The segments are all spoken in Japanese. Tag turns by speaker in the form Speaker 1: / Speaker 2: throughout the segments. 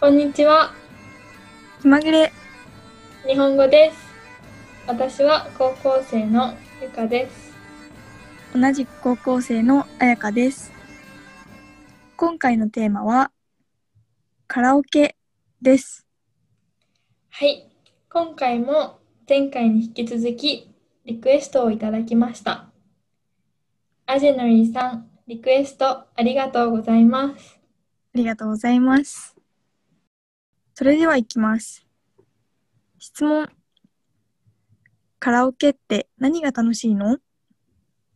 Speaker 1: こんにちは。
Speaker 2: 気まぐれ
Speaker 1: 日本語です。私は高校生のゆかです。
Speaker 2: 同じく高校生のあやかです今回のテーマはカラオケです
Speaker 1: はい。今回も前回に引き続きリクエストをいただきました。アジェノリーさん、リクエストありがとうございます。
Speaker 2: ありがとうございますそれではいきます質問カラオケって何が楽しいの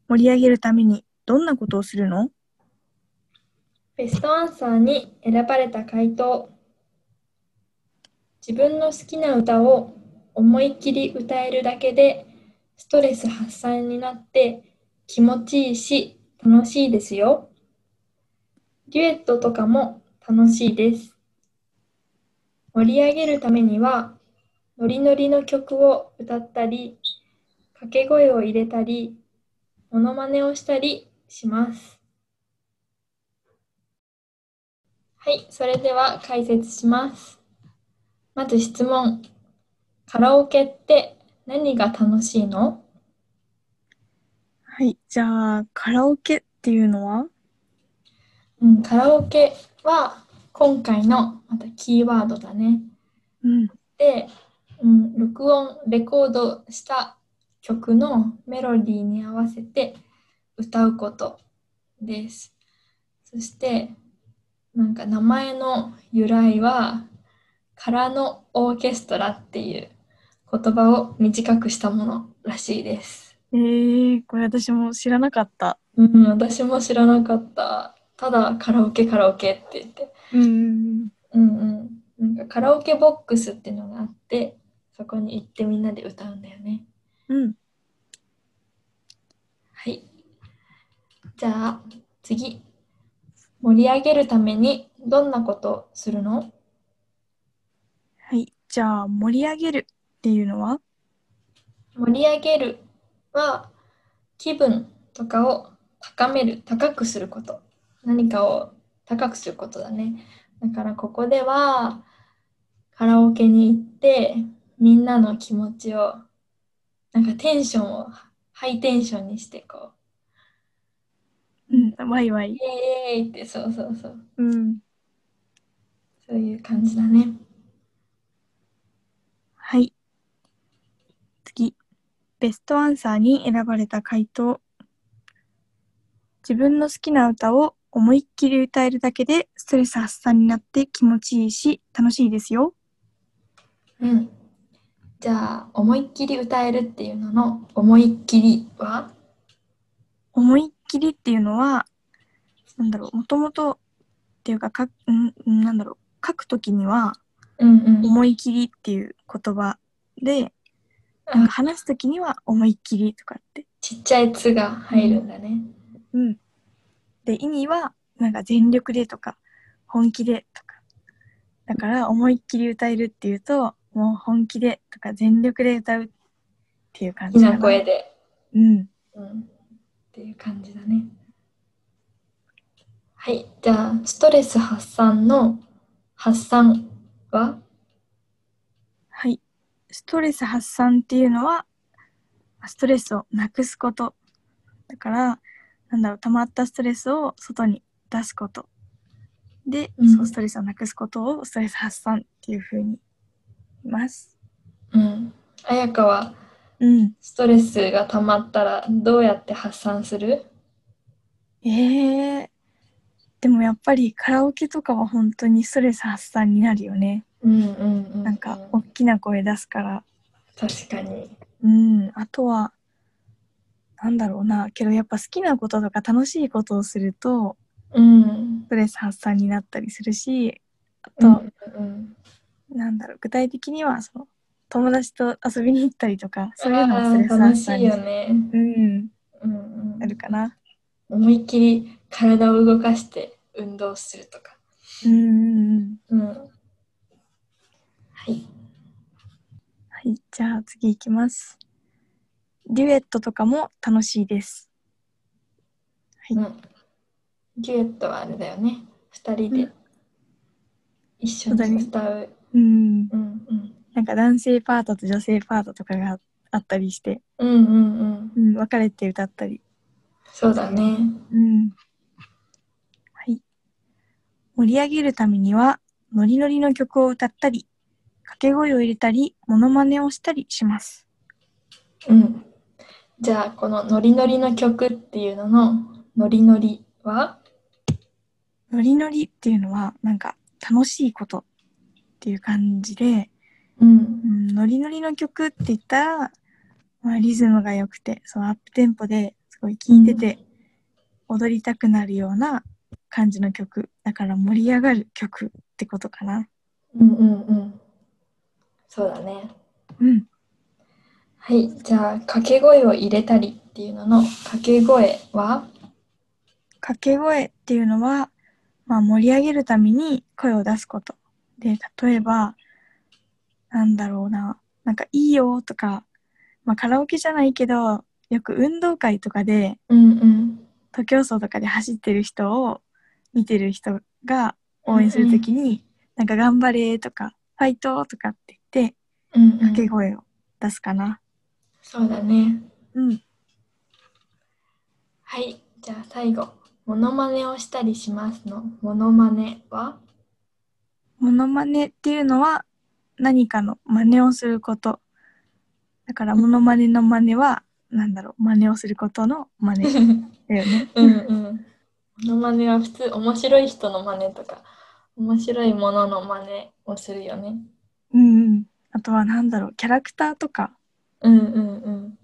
Speaker 2: 盛り上げるためにどんなことをするの
Speaker 1: ベストアンサーに選ばれた回答。自分の好きな歌を思いっきり歌えるだけでストレス発散になって気持ちいいし楽しいですよ。デュエットとかも楽しいです。盛り上げるためにはノリノリの曲を歌ったり掛け声を入れたりモノマネをしたりします。はい、それでは解説します。まず質問。カラオケって何が楽しいの
Speaker 2: はいじゃあカラオケっていうのは
Speaker 1: うん、カラオケは今回のまたキーワードだね。
Speaker 2: うん
Speaker 1: で、うん、録音、レコードした曲のメロディーに合わせて歌うことです。そして、なんか名前の由来は、空のオーケストラっていう言葉を短くしたものらしいです。
Speaker 2: えー、これ私も知らなかった
Speaker 1: うん、私も知らなかった。ただカラオケカラオケって言って。
Speaker 2: うん
Speaker 1: うんうん。なんかカラオケボックスっていうのがあって、そこに行ってみんなで歌うんだよね。
Speaker 2: うん
Speaker 1: はい。じゃあ次。盛り上げるためにどんなことをするの
Speaker 2: はい、じゃあ盛り上げるっていうのは、
Speaker 1: 盛り上げるは気分とかを高める、高くすること。何かを高くすることだね。だからここではカラオケに行ってみんなの気持ちをなんかテンションをハイテンションにしてこ
Speaker 2: うん、ワイワイ
Speaker 1: う、、イエーイってそうそうそう。
Speaker 2: うん、
Speaker 1: そういう感じだね。
Speaker 2: はい。次、ベストアンサーに選ばれた回答。自分の好きな歌を思いっきり歌えるだけでストレス発散になって気持ちいいし楽しいですよ。
Speaker 1: うん。じゃあ、思いっきり歌えるっていうのの、思いっきりは
Speaker 2: 思いっきりっていうのは、なんだろう、もともとっていうかか、うん、うんなんだろう、書くときには
Speaker 1: うんうん。
Speaker 2: 思い切りっていう言葉で、
Speaker 1: あ
Speaker 2: なんか話すときには思いっきりとかって。
Speaker 1: ちっちゃい「つ」が入るんだね。
Speaker 2: うん。で、意味は、なんか全力でとか、本気でとか。だから、思いっきり歌えるっていうと、もう本気でとか、全力で歌うっていう感
Speaker 1: 大
Speaker 2: じ
Speaker 1: き
Speaker 2: かな。
Speaker 1: な声で。
Speaker 2: うん。
Speaker 1: うん。っていう感じだね。はい。じゃあ、ストレス発散の発散は
Speaker 2: はい。ストレス発散っていうのは、ストレスをなくすこと。だから、なんだろう、溜まったストレスを外に出すこと。で、
Speaker 1: うん
Speaker 2: そのストレスをなくすことをストレス発散っていうふうに言います。
Speaker 1: うん。あやかは、
Speaker 2: うん。
Speaker 1: ストレスが溜まったら、どうやって発散する
Speaker 2: ええでもやっぱりカラオケとかは本当にストレス発散になるよね。
Speaker 1: うんうんう
Speaker 2: なんか大きな声出すから。
Speaker 1: 確かに。
Speaker 2: うん、あとは、なんだろうな、けどやっぱ好きなこととか楽しいことをすると
Speaker 1: うん。
Speaker 2: ストレス発散になったりするし、あ
Speaker 1: う
Speaker 2: と、
Speaker 1: んうん。
Speaker 2: なんだろう、具体的にはその友達と遊びに行ったりとか、そういうのも
Speaker 1: あ
Speaker 2: ストレ
Speaker 1: ー
Speaker 2: ス
Speaker 1: 楽
Speaker 2: 発
Speaker 1: し
Speaker 2: 散
Speaker 1: い
Speaker 2: に
Speaker 1: よね。
Speaker 2: う
Speaker 1: う
Speaker 2: ん、
Speaker 1: んう
Speaker 2: なる
Speaker 1: ん、
Speaker 2: かな。
Speaker 1: 思いっきり体を動かして運動するとか。
Speaker 2: うんうんうん。
Speaker 1: うん、はい。
Speaker 2: はい、じゃあ次いきます。デュエットとかも楽しいです。
Speaker 1: うん、デュエットはあれだよね。二人で。一緒に歌う。
Speaker 2: うん。
Speaker 1: うんうん。
Speaker 2: なんか男性パートと女性パートとかがあったりして、
Speaker 1: うんうんうん。
Speaker 2: うん、分かれて歌ったり。
Speaker 1: そうだね。
Speaker 2: うん。はい。盛り上げるためには、ノリノリの曲を歌ったり、掛け声を入れたり、モノマネをしたりします。
Speaker 1: うん。じゃあ、このノリノリの曲っていうののノリノリは
Speaker 2: ノリノリっていうのは、なんか、楽しいことっていう感じで、
Speaker 1: うん
Speaker 2: う。ん、ノリノリの曲って言ったら、まあ、リズムが良くて、そのアップテンポですごい聴いてて、踊りたくなるような感じの曲。だから盛り上がる曲ってことかな。
Speaker 1: うんうんうん。そうだね。
Speaker 2: うん。
Speaker 1: はい。じゃあ、掛け声を入れたりっていうのの掛け声は
Speaker 2: 掛け声っていうのは、まあ、盛り上げるために声を出すこと。で、例えば、なんだろうな、なんかいいよとか、まあ、カラオケじゃないけど、よく運動会とかで、
Speaker 1: うんうん。
Speaker 2: 徒競走とかで走ってる人を見てる人が応援するときに、なんか頑張れとか、ファイトとかって言って、
Speaker 1: うんうん、
Speaker 2: 掛け声を出すかな。
Speaker 1: そうだね。
Speaker 2: うん。
Speaker 1: はい。じゃあ、最後。モノマネをしたりしますの。モノマネ は。
Speaker 2: モノマネっていうのは何かの真似をすること。だからモノマネの真似は、なんだろう、真似をすることの真似だよ ね
Speaker 1: うんうん。モノマネは普通、面白い人の真似とか、面白いものの真似をするよね。
Speaker 2: うんうん。あとはなんだろう、キャラクターとか
Speaker 1: うんうんうん。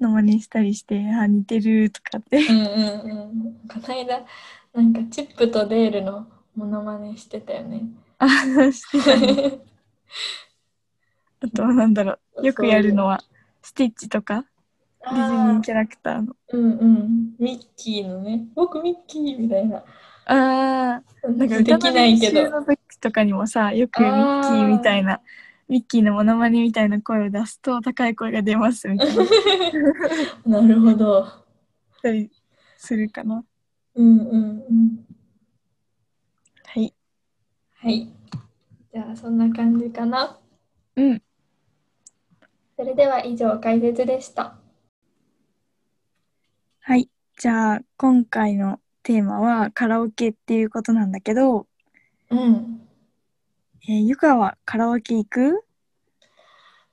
Speaker 2: の真似したりして、あ、似てるとかって。
Speaker 1: うんうんうん。この間、なんかチップとデールのモノマネしてたよ ね。
Speaker 2: あ、してたね。あとはなんだろう、よくやるのは、スティッチとか、ディズニ
Speaker 1: あ
Speaker 2: ー
Speaker 1: ー
Speaker 2: キャラクターの。
Speaker 1: うんうん。ミッキーのね、僕ミッキーみたいな。
Speaker 2: ああ、なんか
Speaker 1: で
Speaker 2: 歌
Speaker 1: き
Speaker 2: の
Speaker 1: ない
Speaker 2: 練
Speaker 1: け
Speaker 2: 習
Speaker 1: ど。
Speaker 2: の時とかにもさ、よくミッキーみたいな、ミッキーのモノマネみたいな声を出すと高い声が出ますみた いな。
Speaker 1: なるほど。
Speaker 2: ったりするかな。
Speaker 1: うんうんうん。
Speaker 2: はい。
Speaker 1: はい。じゃあそんな感じかな。
Speaker 2: うん。
Speaker 1: それでは以上解説でした。
Speaker 2: はい。じゃあ、今回のテーマはカラオケっていうことなんだけど、
Speaker 1: うん。
Speaker 2: えーゆかはカラオケ行く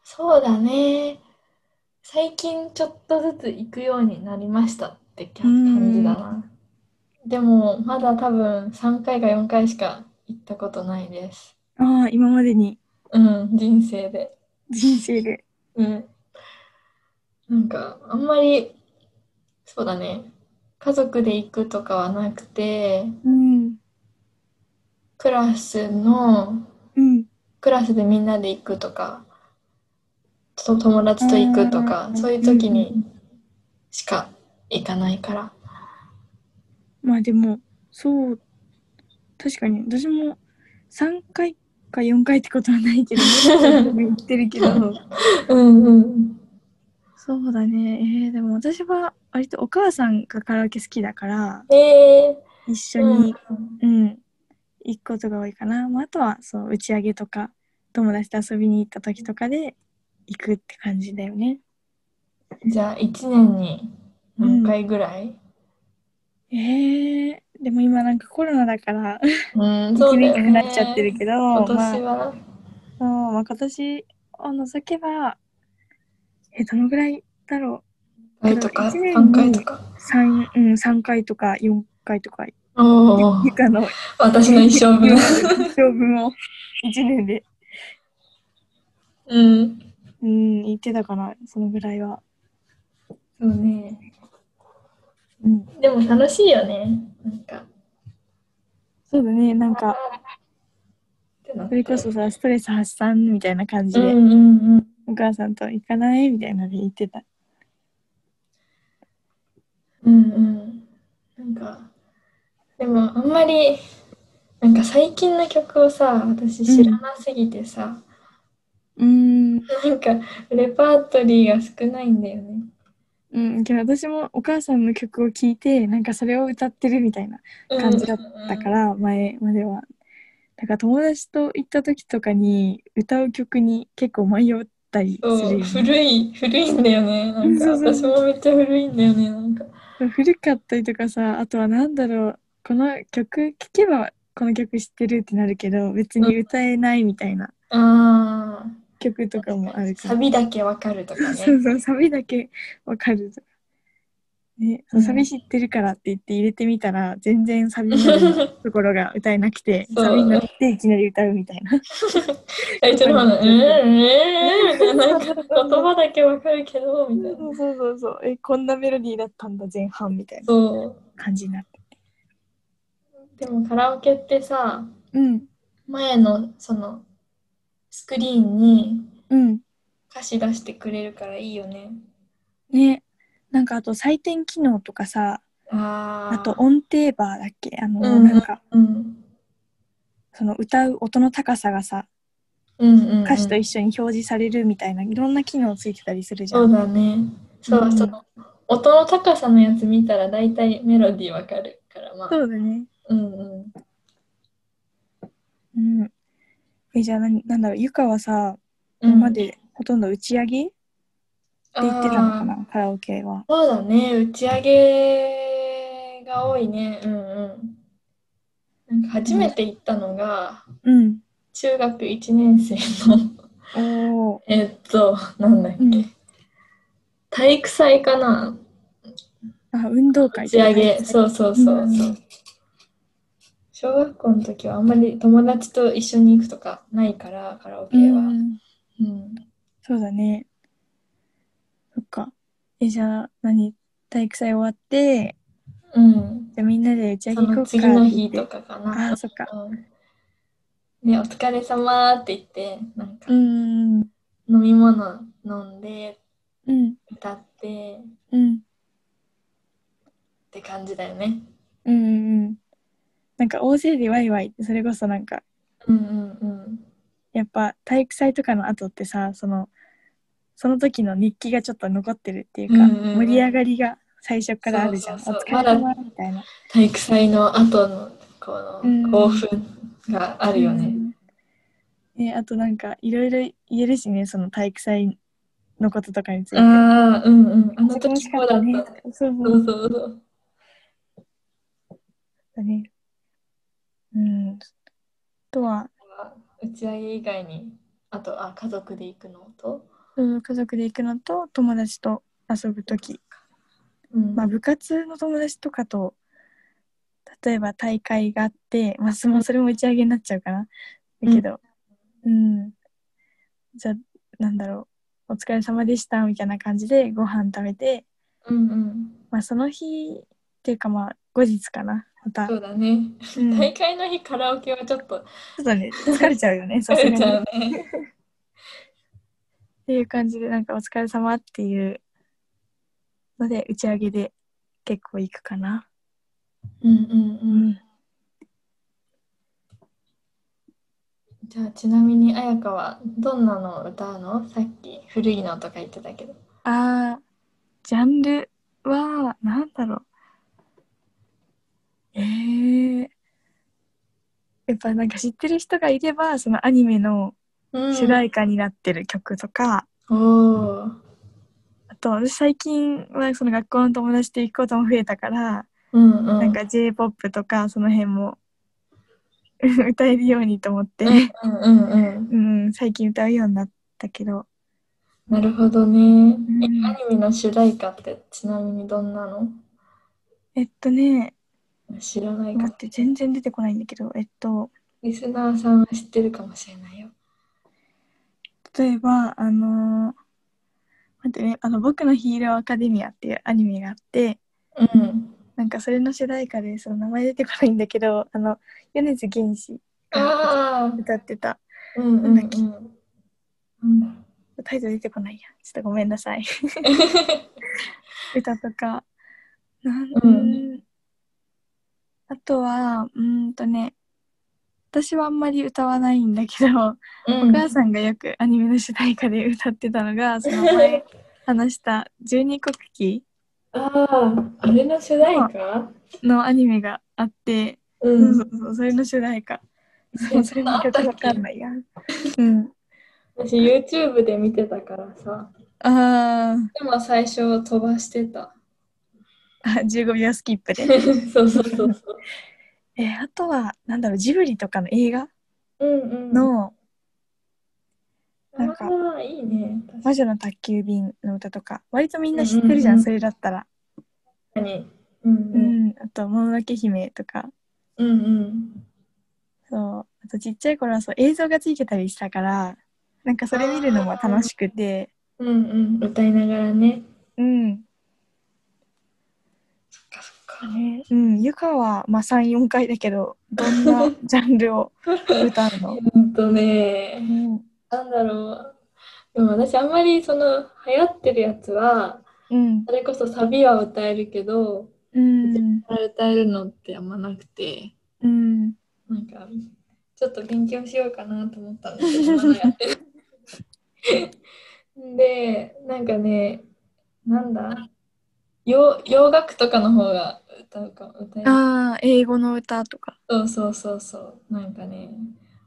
Speaker 1: そうだね。最近ちょっとずつ行くようになりましたって感じだな。でもまだ多分3回か4回しか行ったことないです。
Speaker 2: ああ、今までに
Speaker 1: うん、人生で。
Speaker 2: 人生で。
Speaker 1: うん。なんか、あんまり、そうだね。家族で行くとかはなくて、
Speaker 2: うん。
Speaker 1: クラスの、
Speaker 2: うん。
Speaker 1: クラスでみんなで行くとか、と友達と行くとか
Speaker 2: う、ん
Speaker 1: そういう時にしか行かないから。
Speaker 2: まあでも、そう、確かに私も3回か4回ってことはない けど、ね、行ってるけど。
Speaker 1: うんうん。
Speaker 2: そうだね。えーでも私は割とお母さんがカラオケ好きだから、
Speaker 1: えー、
Speaker 2: 一緒
Speaker 1: う
Speaker 2: に
Speaker 1: ん
Speaker 2: うん、行くことが多いかな、まあ、あとはそう打ち上げとか友達と遊びに行った時とかで行くって感じだよね。
Speaker 1: じゃあ、1年に何回ぐらい
Speaker 2: えー、でも今なんかコロナだから
Speaker 1: うん、
Speaker 2: 行
Speaker 1: そ
Speaker 2: き
Speaker 1: うだ
Speaker 2: に
Speaker 1: よ
Speaker 2: くくなっちゃってる
Speaker 1: ね。
Speaker 2: けど、
Speaker 1: 今
Speaker 2: まあ
Speaker 1: 年は、
Speaker 2: そうまあ今年を除けばえどのぐらいだろ
Speaker 1: 回とか、
Speaker 2: 一年に
Speaker 1: 3回とか。
Speaker 2: う三うん、3回とか4回とか
Speaker 1: おお
Speaker 2: 以、下の
Speaker 1: 私の一生分。
Speaker 2: 一生分を1年で、
Speaker 1: うん。
Speaker 2: うん、行ってたかなそのぐらいは。
Speaker 1: そうね。
Speaker 2: うん
Speaker 1: でも楽しいよね。なんか。
Speaker 2: そうだね、なんか、それこそさ、ストレス発散みたいな感じ
Speaker 1: うん
Speaker 2: で、
Speaker 1: うんうん。
Speaker 2: お母さんと行かないみたいなので言ってた。
Speaker 1: うんうん。なんか、でもあんまり、なんか最近の曲をさ、私知らなすぎてさ、
Speaker 2: うーん、
Speaker 1: なんかレパートリーが少ないんだよね。
Speaker 2: うん、けど私もお母さんの曲を聴いて、なんかそれを歌ってるみたいな感じだったから、前までは。なんか友達と行った時とかに歌う曲に結構迷ったりす
Speaker 1: そ
Speaker 2: るよ
Speaker 1: う
Speaker 2: ね
Speaker 1: 古い古いんだよねなんか
Speaker 2: そうそう
Speaker 1: 私もめっちゃ古いんだよねなんか
Speaker 2: 古かったりとかさあとはなんだろうこの曲聴けばこの曲知ってるってなるけど別に歌えないみたいな
Speaker 1: ああ
Speaker 2: 曲とかもあるか
Speaker 1: サ
Speaker 2: ら、
Speaker 1: ビだけわかるとかね
Speaker 2: そうそうサビだけわかるとか、ねそううんサビ知ってるからって言って入れてみたら全然サビのところが歌えなくて
Speaker 1: そう
Speaker 2: サビになっていきなり歌うみたいな
Speaker 1: 最初の方の「う
Speaker 2: うんん
Speaker 1: うん」みたいななんか言葉だけわかるけどみたいな
Speaker 2: そうそうそうそうえこんなメロディーだったんだ前半みたいな
Speaker 1: そう
Speaker 2: 感じになって
Speaker 1: でもカラオケってさ
Speaker 2: うん
Speaker 1: 前のそのスクリーンに
Speaker 2: うん
Speaker 1: 歌詞出してくれるからいいよね
Speaker 2: ねなんかあと採点機能とかさ
Speaker 1: あー
Speaker 2: あと音程バーだっけあの、
Speaker 1: うん
Speaker 2: なんか
Speaker 1: うん
Speaker 2: その歌う音の高さがさ
Speaker 1: うんうんうん
Speaker 2: 歌詞と一緒に表示されるみたいないろんな機能ついてたりするじゃ。
Speaker 1: そうんだねそう、
Speaker 2: うん
Speaker 1: その音の高さのやつ見たら大体メロディーわかるからまあ
Speaker 2: そうだね。
Speaker 1: うんうん
Speaker 2: うん。えじゃあ何なんだろうゆかはさ
Speaker 1: うん
Speaker 2: 今までほとんど打ち上げって
Speaker 1: あ
Speaker 2: 言ってたのか
Speaker 1: ー
Speaker 2: なカラオケは。
Speaker 1: そうだね打ち上げが多いねうんうんなんか初めて行ったのが
Speaker 2: うん。
Speaker 1: 中学1年生の
Speaker 2: おお。
Speaker 1: えっとなんだっけ、
Speaker 2: うん
Speaker 1: 体育祭かな
Speaker 2: あ運動会
Speaker 1: 打ち上げ
Speaker 2: う。
Speaker 1: そうそうそうそう、
Speaker 2: うん
Speaker 1: 小学校の時はあんまり友達と一緒に行くとかないからカラオケ
Speaker 2: う
Speaker 1: は、
Speaker 2: ん。
Speaker 1: うん
Speaker 2: そうだね。そっか。えじゃあ何体育祭終わって
Speaker 1: うん、
Speaker 2: じゃあみんなで打ち上
Speaker 1: そ
Speaker 2: げ
Speaker 1: の
Speaker 2: 行こうかって
Speaker 1: 次の
Speaker 2: 言
Speaker 1: 日
Speaker 2: って。
Speaker 1: とかか
Speaker 2: あ
Speaker 1: な
Speaker 2: ー。そっか。
Speaker 1: うん、ねお疲れ様って言ってなんか
Speaker 2: うん。
Speaker 1: 飲み物飲んで
Speaker 2: うん。
Speaker 1: 歌ってっ
Speaker 2: うん。
Speaker 1: て感じだよね。
Speaker 2: うんうんうんなんか大勢でワイワイってそれこそなんか
Speaker 1: うんうん
Speaker 2: やっぱ体育祭とかの後ってさそのその時の日記がちょっと残ってるっていうか、
Speaker 1: うんうんうん
Speaker 2: 盛り上がりが最初からあるじゃん
Speaker 1: そうそうそう
Speaker 2: お疲れ様みたいな、
Speaker 1: 体育祭の後のこ
Speaker 2: うん
Speaker 1: の興奮があるよね。
Speaker 2: うんねあとなんかいろいろ言えるしねその体育祭のこととかについて
Speaker 1: ああうんうんあの
Speaker 2: 楽
Speaker 1: 時
Speaker 2: し
Speaker 1: こ
Speaker 2: か
Speaker 1: うだった
Speaker 2: ね
Speaker 1: ね。そ
Speaker 2: そうそうう
Speaker 1: そうそう。
Speaker 2: だねうんあとは
Speaker 1: 打ち上げ以外にあとあ家族で行くのと、
Speaker 2: うん家族で行くのと友達と遊ぶ時
Speaker 1: うん
Speaker 2: まあ、部活の友達とかと例えば大会があって、まあ、そもそれも打ち上げになっちゃうかなだけどうん、じゃあなんだろうお疲れ様でしたみたいな感じでご飯食べて、
Speaker 1: うんうん
Speaker 2: まあ、その日っていうかまあ後日かなまた、
Speaker 1: そうだね。
Speaker 2: うんちょ
Speaker 1: 大会の日カラオケはちょっと
Speaker 2: っとね疲れちゃうよねさ
Speaker 1: 疲
Speaker 2: すが
Speaker 1: れ
Speaker 2: に。
Speaker 1: ちゃ
Speaker 2: っ
Speaker 1: うね。
Speaker 2: ていう感じでなんかお疲れ様っていうので打ち上げで結構行くかな。
Speaker 1: うんうん
Speaker 2: う
Speaker 1: うん。じゃあちなみに彩香はどんなのを歌うのさっき古いのとか言ってたけど。
Speaker 2: あージャンルは、なんだろう。えー、やっぱなんか知ってる人がいれば、そのアニメの
Speaker 1: うん
Speaker 2: 主題歌になってる曲とか、
Speaker 1: おお。
Speaker 2: あと私最近はその学校の友達と行くことも増えたから、
Speaker 1: うんうん。
Speaker 2: なんか J-POP とかその辺も 歌えるようにと思って、
Speaker 1: うんうんうん。
Speaker 2: うん、最近歌うようになったけど、
Speaker 1: なるほどね。え
Speaker 2: うん
Speaker 1: アニメの主題歌ってちなみにどんなの
Speaker 2: えっとね、
Speaker 1: 知らないか
Speaker 2: 待っ
Speaker 1: ら。
Speaker 2: て全然出てこないんだけど、えっと、
Speaker 1: リスナーさんは知ってるかもしれないよ。
Speaker 2: 例えばあのー待ってね「あの僕のヒーローアカデミア」っていうアニメがあって
Speaker 1: うん。
Speaker 2: なんかそれの主題歌でその名前出てこないんだけどあの米津玄師が
Speaker 1: ああ。
Speaker 2: 歌ってた
Speaker 1: うんうんうん。
Speaker 2: なんだっけ
Speaker 1: なんだろう
Speaker 2: タイトル出てこないやちょっとごめんなさい歌とかなん、
Speaker 1: うん
Speaker 2: うんあとはうーんとね私はあんまり歌わないんだけど、
Speaker 1: うん
Speaker 2: お母さんがよくアニメの主題歌で歌ってたの がその前話した「十二国旗」
Speaker 1: ああ、あれの主題歌
Speaker 2: のアニメがあって、
Speaker 1: う
Speaker 2: そうんそうそうそれの主題歌もうそれも曲わかんないや。うん。
Speaker 1: 私 YouTube で見てたからさ。
Speaker 2: あー
Speaker 1: でも最初飛ばして た。
Speaker 2: あ、15秒スキップで。
Speaker 1: そうそうそうそう。
Speaker 2: えーあとは、なんだろう、ジブリとかの映画
Speaker 1: うんうん。
Speaker 2: の、なんか
Speaker 1: ああ、いいね。
Speaker 2: 魔女の宅急便の歌とか、割とみんな知ってるじゃん、
Speaker 1: うんうんうん
Speaker 2: それだったら。
Speaker 1: 確かに。うん
Speaker 2: う
Speaker 1: うん。
Speaker 2: ん、あと、もののけ姫とか、
Speaker 1: うんうん。
Speaker 2: そう、あとちっちゃい頃はそう映像がついてたりしたから、なんかそれ見るのも楽しくて、
Speaker 1: うんうん。歌いながらね。
Speaker 2: うん、
Speaker 1: そっかそっか。
Speaker 2: ね、うん、ゆかは、まあ、3、4回だけど、どん なジャンルを歌うの
Speaker 1: ほんとね
Speaker 2: う。ん、
Speaker 1: なんだろう。でも私あんまりその流行ってるやつは、
Speaker 2: うん、
Speaker 1: それこそサビは歌えるけど、
Speaker 2: うん、
Speaker 1: 歌えるのってあんまなくて、
Speaker 2: うん。
Speaker 1: なんか、ちょっと勉強しようかなと思ったんですけど、まだやってない で、なんかね、なんだ洋洋楽とかの方が歌うかも、歌える。
Speaker 2: ああ、英語の歌とか。
Speaker 1: そうそうそうそう。なんかね、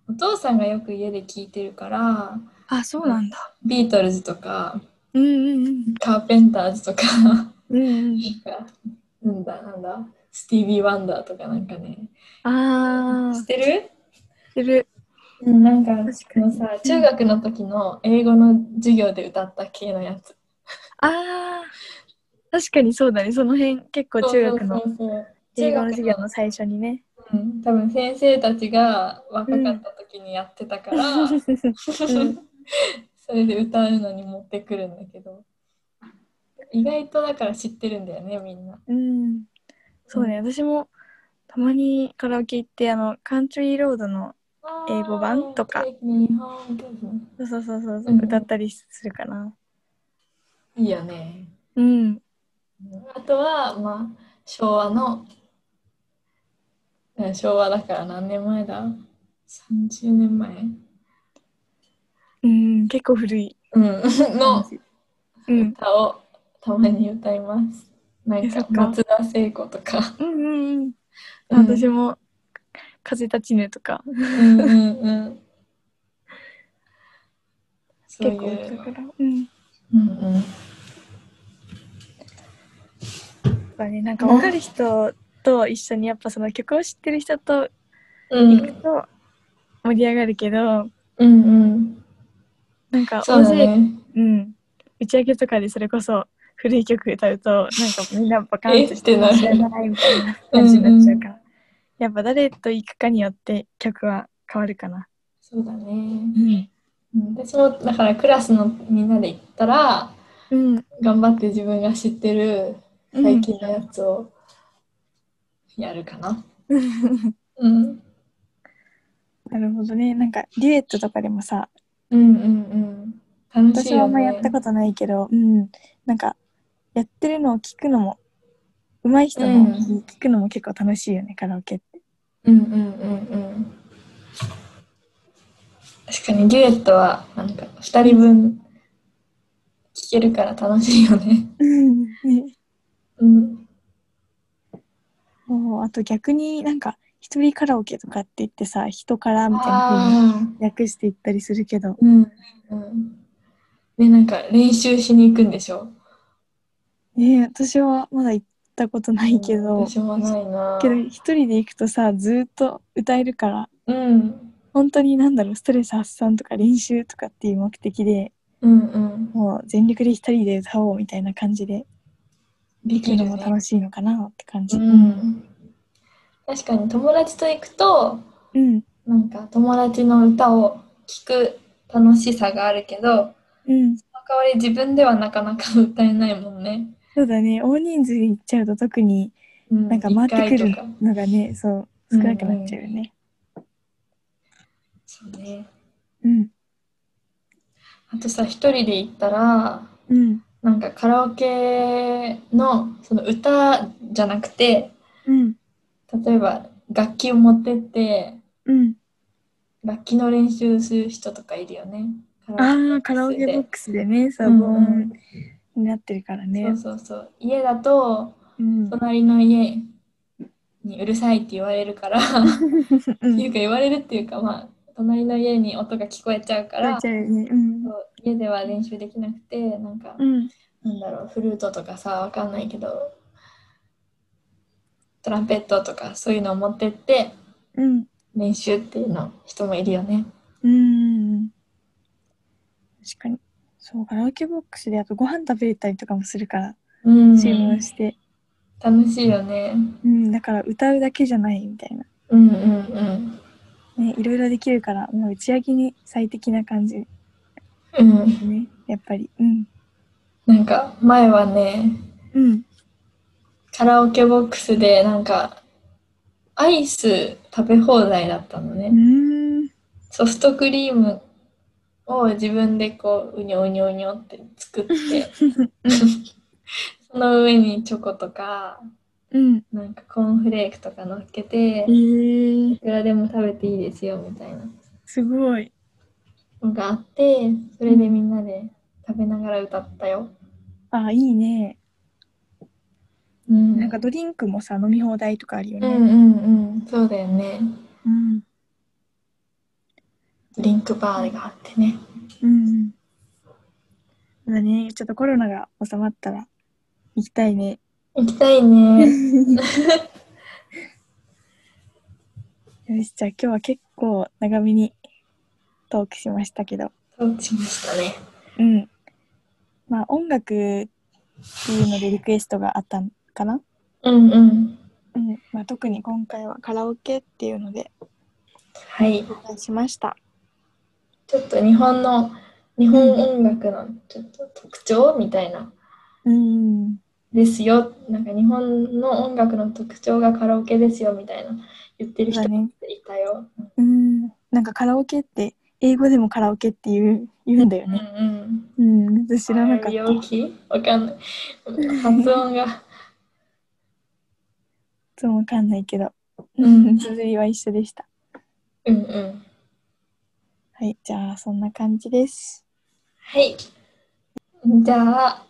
Speaker 1: お父さんがよく家で聴いてるから、
Speaker 2: あ、そうなんだ。
Speaker 1: ビートルズとか、
Speaker 2: うん、うん、うん。
Speaker 1: カーペンターズとか、なん
Speaker 2: うん、うん。
Speaker 1: か、なんだなんだ、スティービー・ワンダーとかなんかね。
Speaker 2: あ
Speaker 1: 知
Speaker 2: あ
Speaker 1: っ、てる
Speaker 2: する。
Speaker 1: うん、なんか、
Speaker 2: 確
Speaker 1: あ
Speaker 2: か
Speaker 1: の
Speaker 2: に。
Speaker 1: さ、中学の時の英語の授業で歌った系のやつ。
Speaker 2: ああ、確かにそうだね。その辺、結構中学の
Speaker 1: そうそうそう
Speaker 2: 英語の授業の最初にね。
Speaker 1: うん、多分先生たちが若かった時にやってたか
Speaker 2: う
Speaker 1: ら、
Speaker 2: ん
Speaker 1: それで歌うのに持ってくるんだけど、意外とだから知ってるんだよね、みんな。
Speaker 2: うん。そうね。私も、たまにカラオケ行って、あの、カントリーロードの、英語版とか
Speaker 1: ケーキに本当に
Speaker 2: そうそうそうそう、
Speaker 1: うん
Speaker 2: 歌ったりするかな。
Speaker 1: いいよね。
Speaker 2: うん。
Speaker 1: あとは、まあ、昭和の、うん昭和だから何年前だ ?30 年前
Speaker 2: うん、結構古い
Speaker 1: うん、の
Speaker 2: 感じ。うん。
Speaker 1: 歌をたまに歌います。なん
Speaker 2: えそ
Speaker 1: か
Speaker 2: っか
Speaker 1: 松田聖子とか。
Speaker 2: うんうんうん。
Speaker 1: うん
Speaker 2: 私も、風立ちぬとか、
Speaker 1: うんうんうん。そうい
Speaker 2: 結構歌
Speaker 1: う
Speaker 2: うか
Speaker 1: の。
Speaker 2: ら。うん。
Speaker 1: うんうん。
Speaker 2: やっぱね、なんか分かる人と一緒に、やっぱその曲を知ってる人と
Speaker 1: う
Speaker 2: 行く
Speaker 1: ん
Speaker 2: と盛り上がるけど、
Speaker 1: うんうん。
Speaker 2: なんか
Speaker 1: そう
Speaker 2: 大
Speaker 1: だ
Speaker 2: 勢、
Speaker 1: ね。
Speaker 2: うん、打ち上げとかでそれこそ古い曲歌うとなんかみんなバカンとし
Speaker 1: えって
Speaker 2: て
Speaker 1: なる
Speaker 2: 知らないみたいな感じになっちゃうからやっぱ誰と行くかによって曲は変わるかな、
Speaker 1: そうだね。
Speaker 2: ん
Speaker 1: うん私もだからクラスのみんなで行ったら、
Speaker 2: うん、
Speaker 1: 頑張って自分が知ってる最近のやつをやるかな。うん。
Speaker 2: なるほどねなんかデュエットとかでもさ
Speaker 1: うんうんうん。楽しい
Speaker 2: 私はあ
Speaker 1: よ
Speaker 2: んま
Speaker 1: ね。
Speaker 2: やったことないけど、うん、なんかやってるのを聞くのも上手い人の
Speaker 1: う
Speaker 2: 聞くのも結構楽しいよね、カラオケって。
Speaker 1: うんうんうんうん。確かにデュエットはなんか2人分聴けるから楽しいよね。
Speaker 2: ね
Speaker 1: うん。
Speaker 2: もうあと逆になんか一人カラオケとかって言ってさ人からみたいな
Speaker 1: ああ。
Speaker 2: 風に訳していったりするけど
Speaker 1: うんうん。で、なんか練習しに行くんでしょ
Speaker 2: ねえ私はまだ行ったことないけど、
Speaker 1: 私もないな。
Speaker 2: けど一人で行くとさずーっと歌えるから
Speaker 1: うん。
Speaker 2: 本当になんだろうストレス発散とか練習とかっていう目的で
Speaker 1: うんうん。
Speaker 2: もう全力で一人で歌おうみたいな感じで
Speaker 1: で
Speaker 2: 行くのも楽しいのかなって感じ。
Speaker 1: うん、確かに友達と行くと
Speaker 2: うん
Speaker 1: なんか友達の歌を聴く楽しさがあるけど
Speaker 2: うん
Speaker 1: その代わり自分ではなかなか歌えないもんね。
Speaker 2: そうだね大人数で行っちゃうと特に
Speaker 1: うん
Speaker 2: なんか回ってく
Speaker 1: 一回
Speaker 2: る
Speaker 1: とか
Speaker 2: のがねそう少なくなっちゃうよね。
Speaker 1: そうね。
Speaker 2: うん
Speaker 1: あとさ一人で行ったら
Speaker 2: うん
Speaker 1: なんかカラオケのその歌じゃなくて
Speaker 2: うん
Speaker 1: 例えば楽器を持ってって
Speaker 2: うん
Speaker 1: 楽器の練習する人とかいるよね。
Speaker 2: ああカラオケボッ
Speaker 1: で
Speaker 2: クスでねそう
Speaker 1: うん
Speaker 2: 防音になってるからね
Speaker 1: そうそうそう。家だと
Speaker 2: うん
Speaker 1: 隣の家にうるさいって言われるから
Speaker 2: う
Speaker 1: 言う
Speaker 2: ん。
Speaker 1: か言われるっていうかまあ隣の家に音が聞こえちゃうから
Speaker 2: ちゃうよね。うん。
Speaker 1: そう家では練習できなくてなんか、
Speaker 2: うん。
Speaker 1: なんだろうフルートとかさわかんないけどトランペットとかそういうのを持ってって
Speaker 2: うん。
Speaker 1: 練習っていうの人もいるよね。
Speaker 2: うん。確かに。そう、カラオケボックスであとご飯食べれたりとかもするから、
Speaker 1: うん、
Speaker 2: 注文して。
Speaker 1: 楽しいよね。
Speaker 2: うん、だから歌うだけじゃないみたいな。
Speaker 1: うんうんうん。
Speaker 2: ね、いろいろできるから、もう打ち上げに最適な感じ
Speaker 1: うん、
Speaker 2: ね。やっぱり。うん。
Speaker 1: なんか前はね
Speaker 2: うん。
Speaker 1: カラオケボックスでなんかアイス食べ放題だったのね、
Speaker 2: うん。
Speaker 1: ソフトクリームを自分でこううにょうにょうにょって作って その上にチョコとか
Speaker 2: うん。
Speaker 1: なんかコーンフレークとか乗っけて
Speaker 2: え
Speaker 1: い
Speaker 2: ー、
Speaker 1: くらでも食べていいですよみたいな
Speaker 2: すごい。
Speaker 1: のがあってそれでみんなで食べながら歌ったよ。
Speaker 2: あ、いいね。
Speaker 1: うん、
Speaker 2: なんかドリンクもさ、飲み放題とかあるよ
Speaker 1: う
Speaker 2: ね。
Speaker 1: んうんうんそうだよね
Speaker 2: うん。
Speaker 1: ドリンクバーがあってね
Speaker 2: うん。まだね、ちょっとコロナが収まったら行きたいね。
Speaker 1: 行きたいね。
Speaker 2: よし、じゃあ今日は結構長めにトークしましたけど。
Speaker 1: そうしましたね。
Speaker 2: うん。まあ音楽っていうのでリクエストがあったんかな
Speaker 1: うんうん。
Speaker 2: うん。まあ特に今回はカラオケっていうので
Speaker 1: はい。
Speaker 2: お願いしました。
Speaker 1: ちょっと日本の日本音楽のちょっと特徴みたいな
Speaker 2: うん。
Speaker 1: ですよ。なんか日本の音楽の特徴がカラオケですよみたいな言ってる
Speaker 2: そう
Speaker 1: 人
Speaker 2: だ
Speaker 1: い
Speaker 2: ね。
Speaker 1: たよ。
Speaker 2: うん。なんかカラオケって英語でもカラオケっていう言うんだよ
Speaker 1: うんう
Speaker 2: ね。
Speaker 1: ん。
Speaker 2: うん。私知らなか
Speaker 1: カ
Speaker 2: った
Speaker 1: ラ。オケわかんない。発音が。
Speaker 2: そうわかんないけど。
Speaker 1: う
Speaker 2: うん ん。綴りは一緒でした。
Speaker 1: うんうん。
Speaker 2: はい、じゃあそんな感じです。
Speaker 1: はい。じゃあ、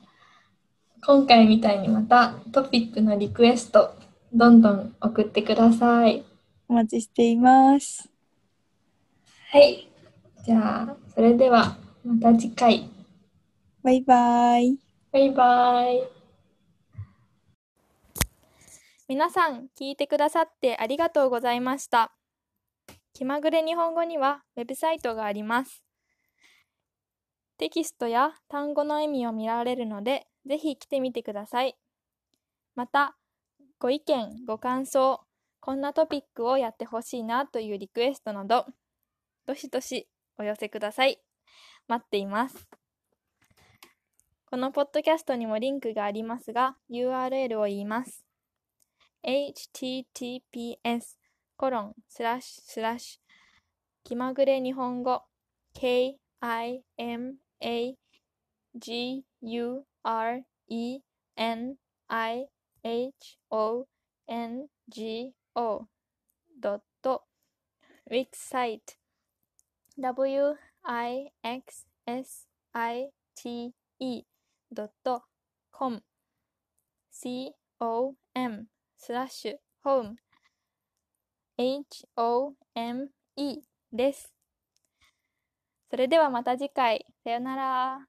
Speaker 1: 今回みたいにまたトピックのリクエスト、どんどん送ってください。
Speaker 2: お待ちしています。
Speaker 1: はい。じゃあ、それでは、また次回。
Speaker 2: バイバイ。
Speaker 1: バイバイ。
Speaker 3: 皆さん聞いてくださってありがとうございました。気まぐれ日本語にはウェブサイトがあります。テキストや単語の意味を見られるので、ぜひ来てみてください。また、ご意見、ご感想、こんなトピックをやってほしいなというリクエストなど、どしどしお寄せください。待っています。このポッドキャストにもリンクがありますが、URL を言います。https コロンスラッシュスラッシュ気まぐれ日本語 kimagureniho.wixsite wixsite.com com スラッシュホーム HOME です。それではまた次回。さよなら。